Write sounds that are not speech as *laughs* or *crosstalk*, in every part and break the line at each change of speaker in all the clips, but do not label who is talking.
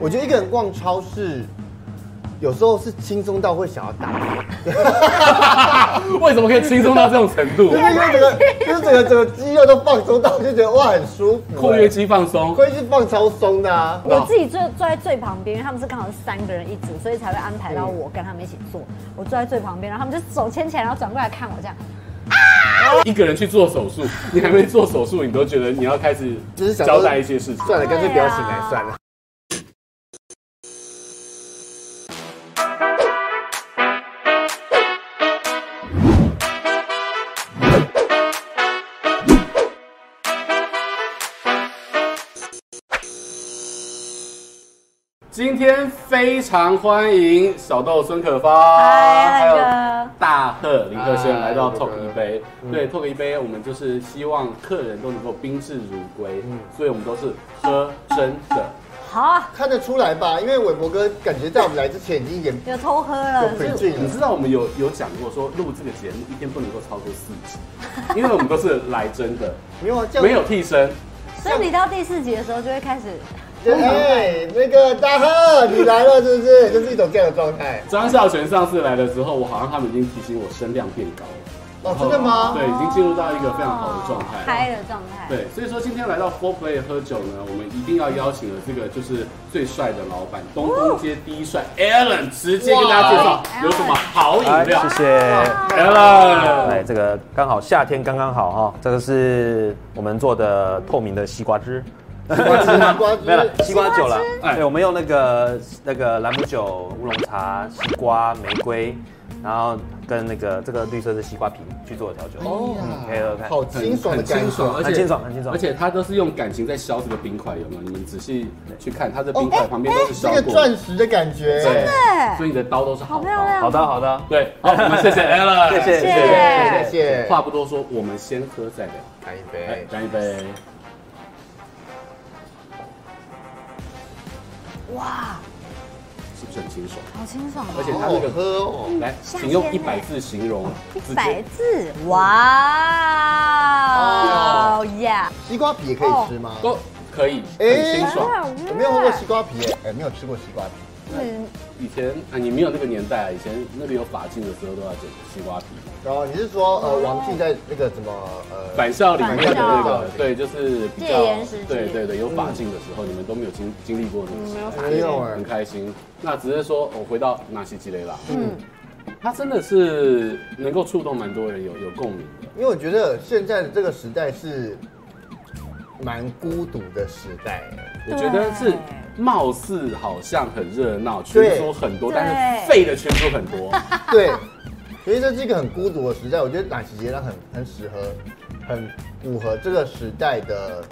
我觉得一个人逛超市，有时候是轻松到会想要打嗝，
为什么可以轻松到这种程
*laughs*
度？
因为整个就是整个整个肌肉都放松到，就觉得哇很舒服。
括约肌放松，
会是放超松的啊。
哦
我自己坐坐在最旁边，因为他们是刚好是三个人一组，所以才会安排到
嗯
我跟他们一起坐。我坐在最旁边，然后他们就手牵起来，然后转过来看我这样。
一个人去做手术， *laughs* 你还没做手术，你都觉得你要开始
就是想说
交代一些事情。
算了，干脆不要醒来算了。
今天非常欢迎小豆孙可芳，
嗨
哦还有
那个
大赫林克轩
嗨嗯
来到
我
Talk
的
一杯。对，Talk 一杯，我们就是希望客人都能够宾至如归，
嗯
所以我们都是喝真的。
好啊，
看得出来吧？因为韦伯哥感觉在我们来之前已经演
有偷喝
有
了，
回
是
劲
你
了。
知道我们有有讲过说录这个节目一天不能够超过四集，因为我们都是来真
*laughs*
的，
没有啊，这样
没有。替身。
所以你到第四集的时候就会开始。
哎，那个大贺，你来了是不是？就是一种这样的状态。
张孝全上次来的时候，我好像他们已经提醒我声量变高了，
哦，真的吗？
对，已经进入到一个非常好的状
哦
态。啊
嗨的状态。
对，所以说今天来到 Four Play 喝酒呢，我们一定要邀请了这个就是最帅的老板，东风街第一帅 Alan，直接跟大家介绍
哇
有什么好饮
哎，
料
谢。谢。哎，
Alan，
这个刚好夏天刚刚好哈、这个是我们做的透明的西瓜汁，
西瓜汁吗？
没有了，
西
西瓜酒了。
哎
对，我们用那个那个兰姆酒、乌龙茶、西瓜、玫瑰，然后跟那个这个绿色是西瓜皮去做的调酒。
哦
嗯可以喝喝看
好清爽的
很
感
清爽，
觉。
而且
很清爽很清爽
而且他都是用感情在削这个冰块，有没有？你们仔细去看，他的
哦
冰块旁边都是削
这个
过的，
钻石的感觉，
对，所
对，
以你的刀都是好
好
刀
漂。
啊
亮。
好的，好的。
对，好，我们谢谢 Alan，
谢谢
谢
谢
谢谢。哎
话不多说，我们先喝再聊。
干一
来
杯，
干一杯！
哇，
是不是很清爽？
好清爽哦。
而且
好
它
好
那个
喝哦。
来，
嗯夏
请用
天
一
呢
百字形容，
一百字，哇哦耶！
西瓜皮也可以吃吗？
都可以，很
哎
清爽。
我没有喝过西瓜皮，哎，没有吃过西瓜皮。
嗯，
以前啊，你没有那个年代啊，以前那个有法镜的时候都要剪西瓜皮，
然后你是说呃，王静在那个什么呃，
返校里面的那
返校
个，对，就是比
戒
较
严时期，
对对对，有法镜的时候，你们都没有经经历过
嗯
那个时代，
没有哎
很，开心。那只是说哦我回到纳西基雷拉，
嗯，
他真的是能够触动蛮多人，有有共鸣的。
因为我觉得现在的这个时代是蛮孤独的时代，
我觉得是貌似好像很热闹，群组很多，
对
但是废的群组很多。 *laughs*
对，所以这是一个很孤独的时代。我觉得哪琪杰拉很很适合，很符合这个时代的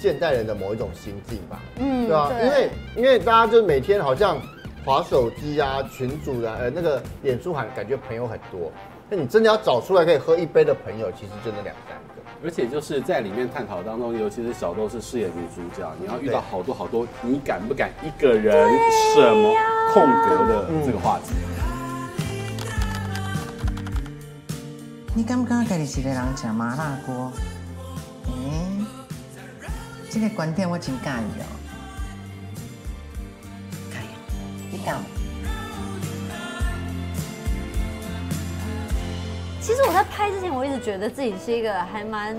现代人的某一种心境吧。
嗯
对啊，
对
因为因为大家就每天好像划手机啊、群主啊、呃那个脸书喊，感觉朋友很多。那你真的要找出来可以喝一杯的朋友，其实真的两三个。
而且就是在里面探讨当中，尤其是小豆是饰演女主角，你要遇
对
到好多好多，你敢不敢一个人什么空格的这个话题？
嗯
你敢不敢家己一个人食麻辣锅？诶、这个观点我真介意哦。介意，你敢？
其实我在拍之前，我一直觉得自己是一个还蛮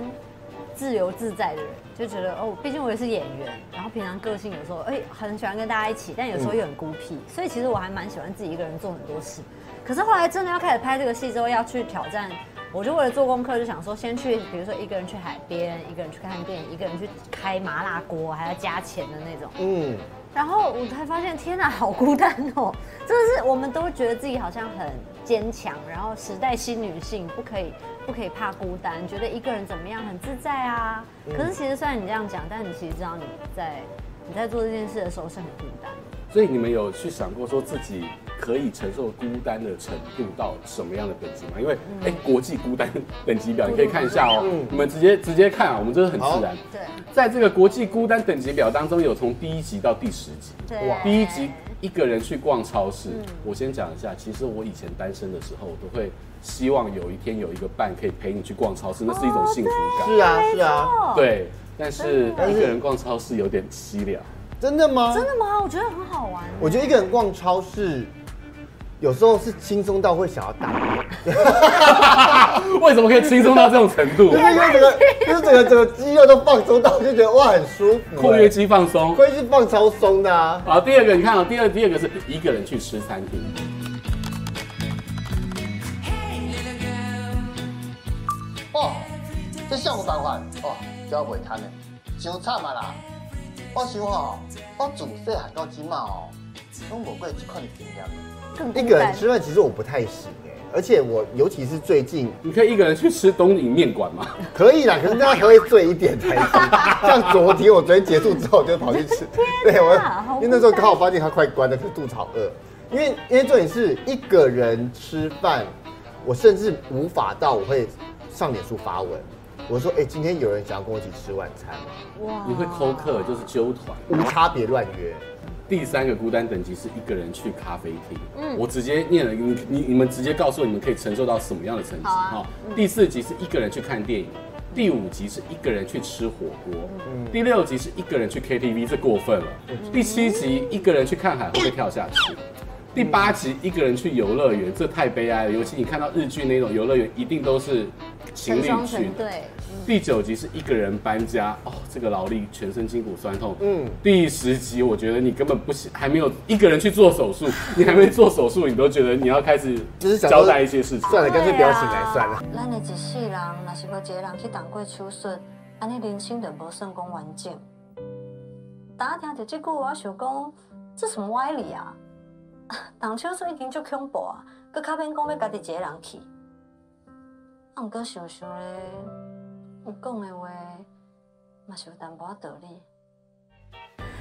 自由自在的人，就觉得哦，毕竟我也是演员，然后平常个性有时候哎、很喜欢跟大家一起，但有时候又很孤僻，所以其实我还蛮喜欢自己一个人做很多事。可是后来真的要开始拍这个戏之后，要去挑战，我就为了做功课，就想说先去，比如说一个人去海边，一个人去看电影，一个人去开麻辣锅，还要加钱的那种。
嗯，
然后我才发现，天哪， *laughs* 好孤单哦！真的是，我们都觉得自己好像很坚强，然后时代新女性不可以不可以怕孤单，觉得一个人怎么样很自在啊。可是其实虽然你这样讲，但你其实知道你在你在做这件事的时候是很孤单的。
所以你们有去想过说自己可以承受孤单的程度到什么样的等级吗？因为哎、国际孤单等级表你可以看一下哦，
嗯
我们直接直接看啊，我们真的很
好
自然。
对
在这个国际孤单等级表当中，有从第一集到第十集。
对
哇
第一集一个人去逛超市，
嗯
我先讲一下，其实我以前单身的时候，我都会希望有一天有一个伴可以陪你去逛超市，那是一种幸福感。
是啊，是啊。
哦，
对，但是一个人逛超市有点凄凉。 *laughs*
真的吗？
真的吗？我觉得很好玩。
我觉得一个人逛超市，有时候是轻松到会想要打嗝，
为什么可以轻松到这种程度
就？是因为整
*laughs*
个，就是整个整个肌肉都放松到，就觉得哇很舒服、欸
括约肌放松。
关系放超松的啊。
好，第二个你看啊、第二第二个是一个人去吃餐厅，
哦，这下午傍晚哦就要回摊了，伤惨啊啦！我想吼、我自细汉到即满哦，拢无过即款经验。
更
一个人吃饭其实我不太行哎、而且我尤其是最近
你可以一个人去吃东影面馆吗？
可以啦，可是大家稍微醉一点才 *laughs* 行。像昨天我昨天结束之后，我就跑去吃，对我
好，孤
因
单
为那时候刚好发现它快关了，可是肚子好饿。因为因为重点是一个人吃饭，我甚至无法到我会上脸书发文，我说哎、今天有人想要跟我一起吃晚餐吗？
哇
你会抠客，就是揪团。
无差别乱约。
第三个孤单等级是一个人去咖啡厅。
嗯
我直接念了，你你你们直接告诉我你们可以承受到什么样的层级
好啊
第四集是一个人去看电影。第五集是一个人去吃火锅，
嗯
第六集是一个人去 KTV，这过分了。第七集一个人去看海会被跳下去，第八集一个人去游乐园，这太悲哀了。尤其你看到日剧那种游乐园，一定都是情
成
侣
双
去的
成。对，
第九集是一个人搬家，哦，这个劳力全身筋骨酸痛。嗯
嗯，
第十集我觉得你根本不行，还没有一个人去做手术，你还没做手术，你都觉得你要开始
就是想说
交代一些事情。
算了，干脆不要醒来算了。
咱的一世人，若是无一个人去动过手术，安尼人生就无算讲完整。大家听到这句话，想讲这什么歪理啊？ *laughs* 动手术已经足恐怖啊，搁较免讲要家己一个人去。啊，毋过想想咧，有讲的话嘛是有淡薄仔道理。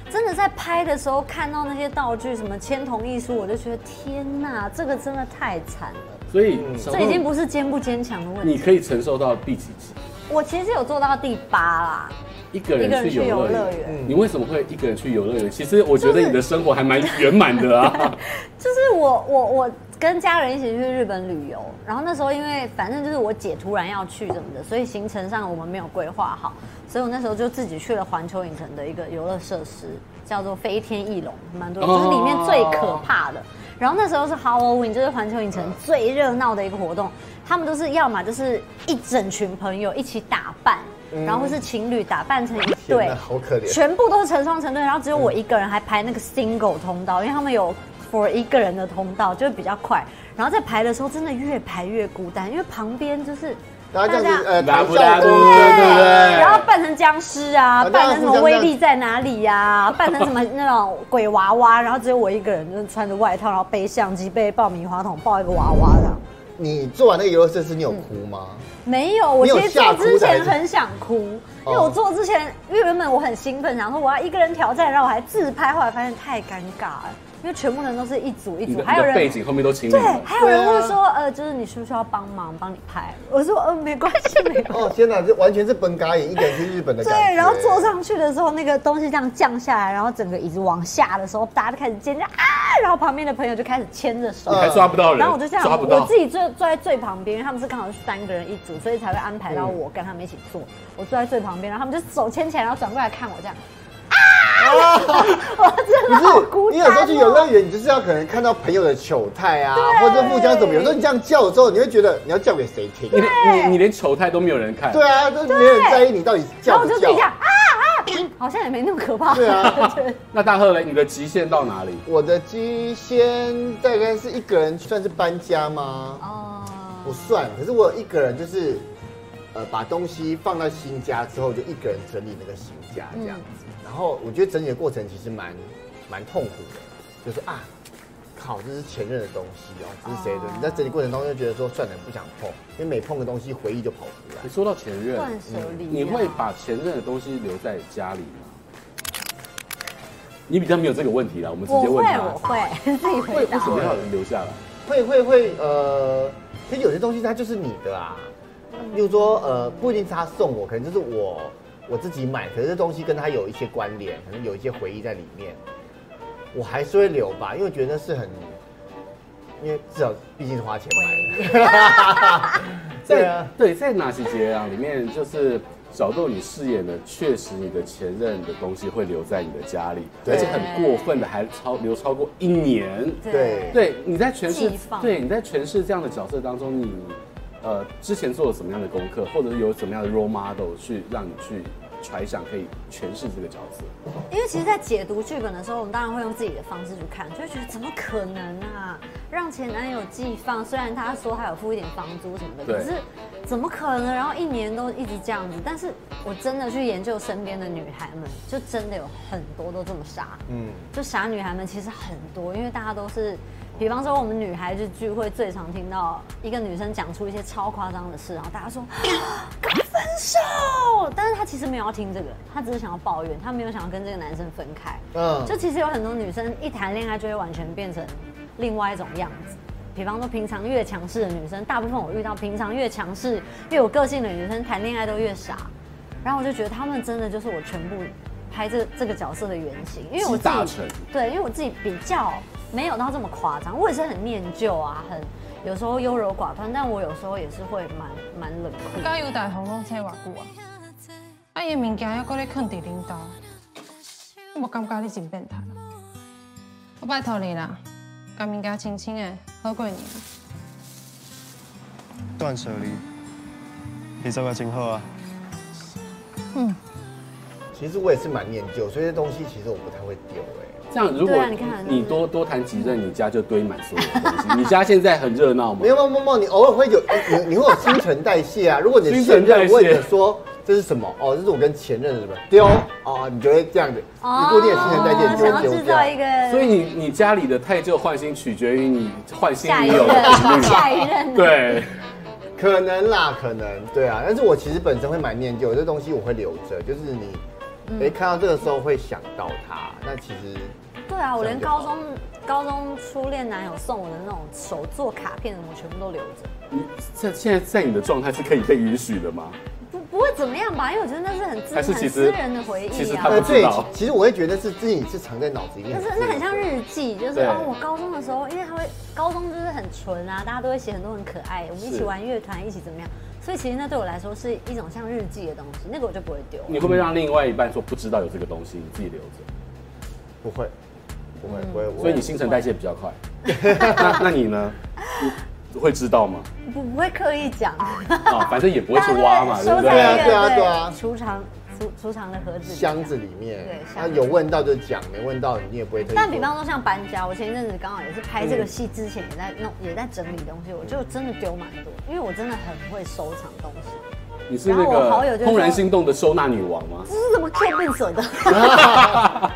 真的在拍的时候看到那些道具，什么千童一书，我就觉得天哪，这个真的太惨了。
所以
嗯
小
这
豆
已经不是坚不坚强的问
你
题。
可以承受到第几集？
我其实有做到第八啦，
一个
一个
人
人
去
去游
游
乐
乐
园
园，
嗯
你为什么会一个人去游乐园？其实我觉得你的生活还蛮圆满的
*laughs*
啊。
就是我我我跟家人一起去日本旅游，然后那时候因为反正就是我姐突然要去什么的，所以行程上我们没有规划好，所以我那时候就自己去了环球影城的一个游乐设施，叫做飞天翼龙，蛮
哦
多，就是里面最可怕的。然后那时候是 Halloween，就是环球影城最热闹的一个活动，他们都是要么就是一整群朋友一起打扮，然后是情侣打扮成一
嗯天
对
哪，，好可怜。
全部都是成双成对，然后只有我一个人还排那个 single 通道，因为他们有 for 一个人的通道，就会比较快。然后在排的时候，真的越排越孤单，因为旁边就是
大家这样子，呃，
拉
谈
布
笑
拉多，
风
对不对？
然后扮成僵尸啊，
啊
扮成什么
那
威力在哪里呀、扮成什么那种鬼娃娃，然后只有我一个人，就是穿着外套，然后背相机、背爆米花桶，抱一个娃娃这样。
你做完那个游乐设施，你有哭吗？
没有，我
你有
其实
吓
做
哭
之
的还
前
是哦
很想哭，因为我做之前，因为原本我很兴奋，想说我要一个人挑战，然后我还自拍，后来发现太尴尬了，因为全部人都是一组一
你
组，
的
还
你
有
的背
人。
景后面都清理
对，
了。
还有人
对啊
会说，呃，就是你需不需要帮忙，帮你拍？我说，呃，没关
*laughs*
系，没关系。
哦，天哪，这完全是本嘎也一个人去日本的感觉。
对，然后坐上去的时候，那个东西这样降下来，然后整个椅子往下的时候，大家就开始尖叫啊，然后旁边的朋友就开始牵着手
你，
呃
还抓不到人，
然后我就这样，
抓不
我
到
自。己坐坐在最旁边，因为他们是刚好是三个人一组，所以才会安排到我跟他们一起坐。我坐在最旁边，然后他们就手牵起来，然后转过来看我这样， *laughs* 啊！我真
不
的好
是
孤，
你
单、哦。
有时候去游乐园，你就是要可能看到朋友的糗态啊，或者互相怎么。有时候你这样叫之后，你会觉得你要叫给谁听？啊
*laughs*
你连你你连丑态都没有人看，
对啊，都没有人在意你到底
然
叫
后我
不
就自
叫
己这。样啊啊，嗯好像也没那么可怕。
对啊
对
那大赫嘞，你的极限到哪里？
我的基先大概是一个人算是搬家吗？
哦，
不算，可是我一个人就是，呃，把东西放到新家之后，就一个人整理那个新家这样子。然后我觉得整理的过程其实蛮蛮痛苦的，就是啊，靠，这是前任的东西哦，这是谁的？你在整理过程当中就觉得说算了，不想碰，因为每碰个东西回忆就跑出来
你。哎说到前任，嗯
断舍离、啊
你会把前任的东西留在家里吗？你比较没有这个问题啦，我们直
我
接
会
问他。
我会 *laughs* 自己
为
回
为
答
什。么要留下来？
会会会，呃，其实有些东西它就是你的啊，例如说，呃，不一定是他送我，可能就是我我自己买，可是这东西跟他有一些关联，可能有一些回忆在里面，我还是会留吧，因为我觉得那是很，因为至少毕竟是花钱买的，对啊，
对，在哪期节啊里面，就是小豆你饰演的确实你的前任的东西会留在你的家里，
对
而且很过分的还超留超过一年。
对
对，你在诠释
寄放
对你在诠释这样的角色当中，你呃之前做了什么样的功课，或者是有怎么样的 role model 去让你去揣想可以诠释这个角色？
因为其实，在解读剧本的时候，我们当然会用自己的方式去看，就会觉得怎么可能啊？让前男友寄放，虽然他说他有付一点房租什么的，
对
可是怎么可能？然后一年都一直这样子，但是我真的去研究身边的女孩们，就真的有很多都这么傻。
嗯，
就傻女孩们其实很多，因为大家都是，比方说我们女孩子聚会最常听到一个女生讲出一些超夸张的事，然后大家说 *gasps* 跟他分手，但是她其实没有要听这个，她只是想要抱怨，她没有想要跟这个男生分开。
嗯
就其实有很多女生一谈恋爱就会完全变成另外一种样子。比方说，平常越强势的女生，大部分我遇到平常越强势、越有个性的女生，谈恋爱都越傻。然后我就觉得她们真的就是我全部拍这这个角色的原型，因为我
集
自
大
己
成
对，因为我自己比较没有到这么夸张，我也是很念旧啊，很有时候优柔寡断，但我有时候也是会蛮蛮冷酷的。
家有大洪讲车偌久啊？啊，伊物件还搁咧藏伫恁兜，我感觉你真变态。我拜托你啦，甲物件清清的，好过年。
段 Sir 你，你做嘅真好啊！
*laughs* 其实我也是蛮念旧，所以这东西其实我不太会丢哎、
这样，如
对
果
啊你看
你多多谈几任，你家就堆满所有的东西。 *laughs* 你家现在很热闹吗
没？有，梦梦梦，你偶尔会有你你会有新陈代谢啊。如果你的
新陈
现
代谢
任问你说这是什么，哦，这是我跟前任的什么丢哦，你就会这样子，
哦
你固定的新陈代谢你就
想要
会
制
丢
造一
掉。
个
所以你你家里的太旧换新取决于你换新
下
女
一
友
任
的频，率。
下一任的
对，
可能啦，可能对啊。但是我其实本身会蛮念旧，这东西我会留着，就是你
嗯
哎、看到这个时候会想到它，那其实
对啊，我连
这样
高
就
中
好
高中初恋男友送我的那种手做卡片，我全部都留着，
你这现在在你的状态是可以被允许的吗？
不不会怎么样吧？因为我觉得那是很自
还是其
很
实
私人的回
其
忆
实
啊
他。不
那
知
对
道，
其实我会觉得是自己是藏在脑子里面
但
的
是
事情。
那很像日记，就是
对
哦，我高中的时候，因为他会高中就是很纯啊，大家都会写很多很可爱，我们一起
是
玩乐团，一起怎么样，所以其实那对我来说是一种像日记的东西，那个我就不会丢。
你会不会让另外一半说不知道有这个东西，你自己留着？
不会，不
嗯
会，不会。
所以你新陈代谢比较快。 *laughs* 那那你呢？你会知道吗？
不不会刻意讲，
啊，反正也不会去挖
*laughs*
嘛，对
收
不
在一
对
对？
个
啊对啊对啊
储藏储储藏的盒子里
箱子里面
对，箱
那
子
有问到就讲，没问到你也不会特意说。
但比方说像搬家，我前一阵子刚好也是拍这个戏之前也在弄，
嗯
也在整理东西，我就真的丢蛮多，因为我真的很会收藏东西，
你是那
然后我好友
个
就
怦然
说
心动的收纳女王吗？
这是怎么 Q 变手的？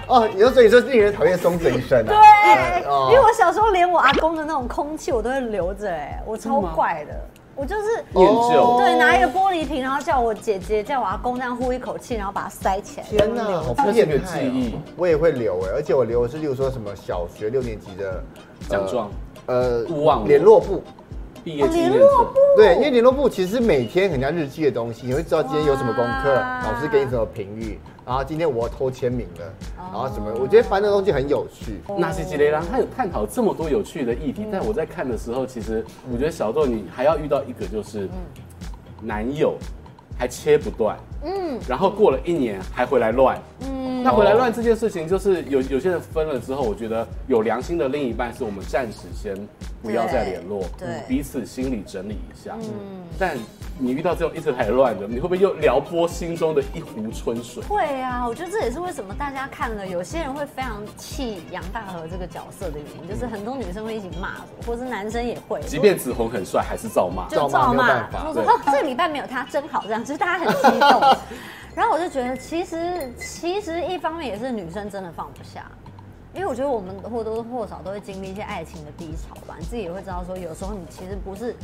哦，你说所以说令人讨厌松子一生啊？
对，
哦
因为我小时候连我阿公的那种空气我都会留着，哎，我超怪的，我就是。
念
哦
旧。
对，拿一个玻璃瓶，然后叫我姐姐、叫我阿公那样呼一口气，然后把它塞起来。
天哪，好
这是个
变态
记
哦！
忆
我也会留哎，而且我留的是，例如说什么小学六年级的呃
奖状、
呃
勿忘我
联络簿。
毕业纪念
哦联络
册
簿。
对，因为联络簿其实每天很像日记的东西，你会知道今天有什么功课，
哇
老师给你什么评语，然后今天我偷签名了，
哦
然后什么，我觉得翻的东西很有趣。
纳西吉雷拉，他有探讨这么多有趣的议题，但我在看的时候，其实我觉得小豆你还要遇到一个就是男友还切不断，嗯，然后过了一年还回来乱，嗯，那回来乱这件事情，就是有有些人分了之后，我觉得有良心的另一半是我们暂时先不要再联络，
对对
彼此心里整理一下，嗯，但你遇到这种一直还乱的，你会不会又撩拨心中的一壶春水？
会啊，我觉得这也是为什么大家看了，有些人会非常气杨大河这个角色的原因，就是很多女生会一起骂我，或是男生也会，
即便紫红很帅，还是照骂，
就
照骂
照
没有
骂
办，法
我说
对
哦，这个礼拜没有他真好，这样就是大家很
*laughs*
激动。然后我就觉得，其实其实一方面也是女生真的放不下，因为我觉得我们或多或少都会经历一些爱情的低潮吧，你自己也会知道说，有时候你其实不是。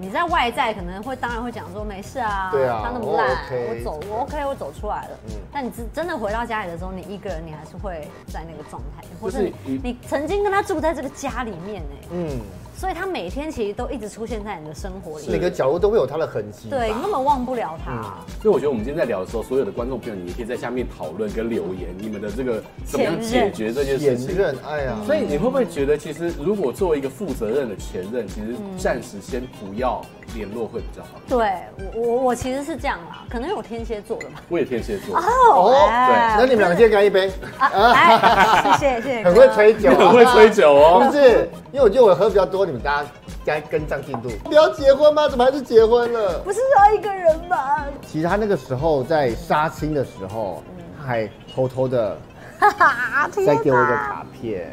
你在外在可能会当然会讲说没事啊，
对啊嗯
他那么
我
烂，
OK
我走我 OK 我走出来了。但你真真的回到家里的时候，你一个人你还是会在那个状态，或
就是
是你
你
你曾经跟他住在这个家里面哎、
嗯，
所以他每天其实都一直出现在你的生活
每
里，
个角落都会有它的痕迹吧。
对，你根本忘不了他。
嗯
所以我觉得我们今天在聊的时候，所有的观众朋友，你也可以在下面讨论跟留言，你们的这个怎么样解决这件事
前
情。
任，哎呀，
所以你会不会觉得，其实如果作为一个负责任的前任，其实暂时先不要要联络会比较好。
对我我我其实是这样啦，可能因为我天蝎座的吧。
我也天蝎座，
哦，
哎
那你们两个今天干一杯，
啊，哎，谢谢谢谢哥，
*laughs* 很会吹酒
你很
啊，
会吹酒
不
哦。
是？因为我觉得我喝比较多，你们大家该跟上进度。不要结婚吗？怎么还是结婚了？
不是说一个人吧？啊
其实他那个时候在杀青嗯的时候，他还偷偷的
哈哈，天啊
再给我一个
哪！
卡片。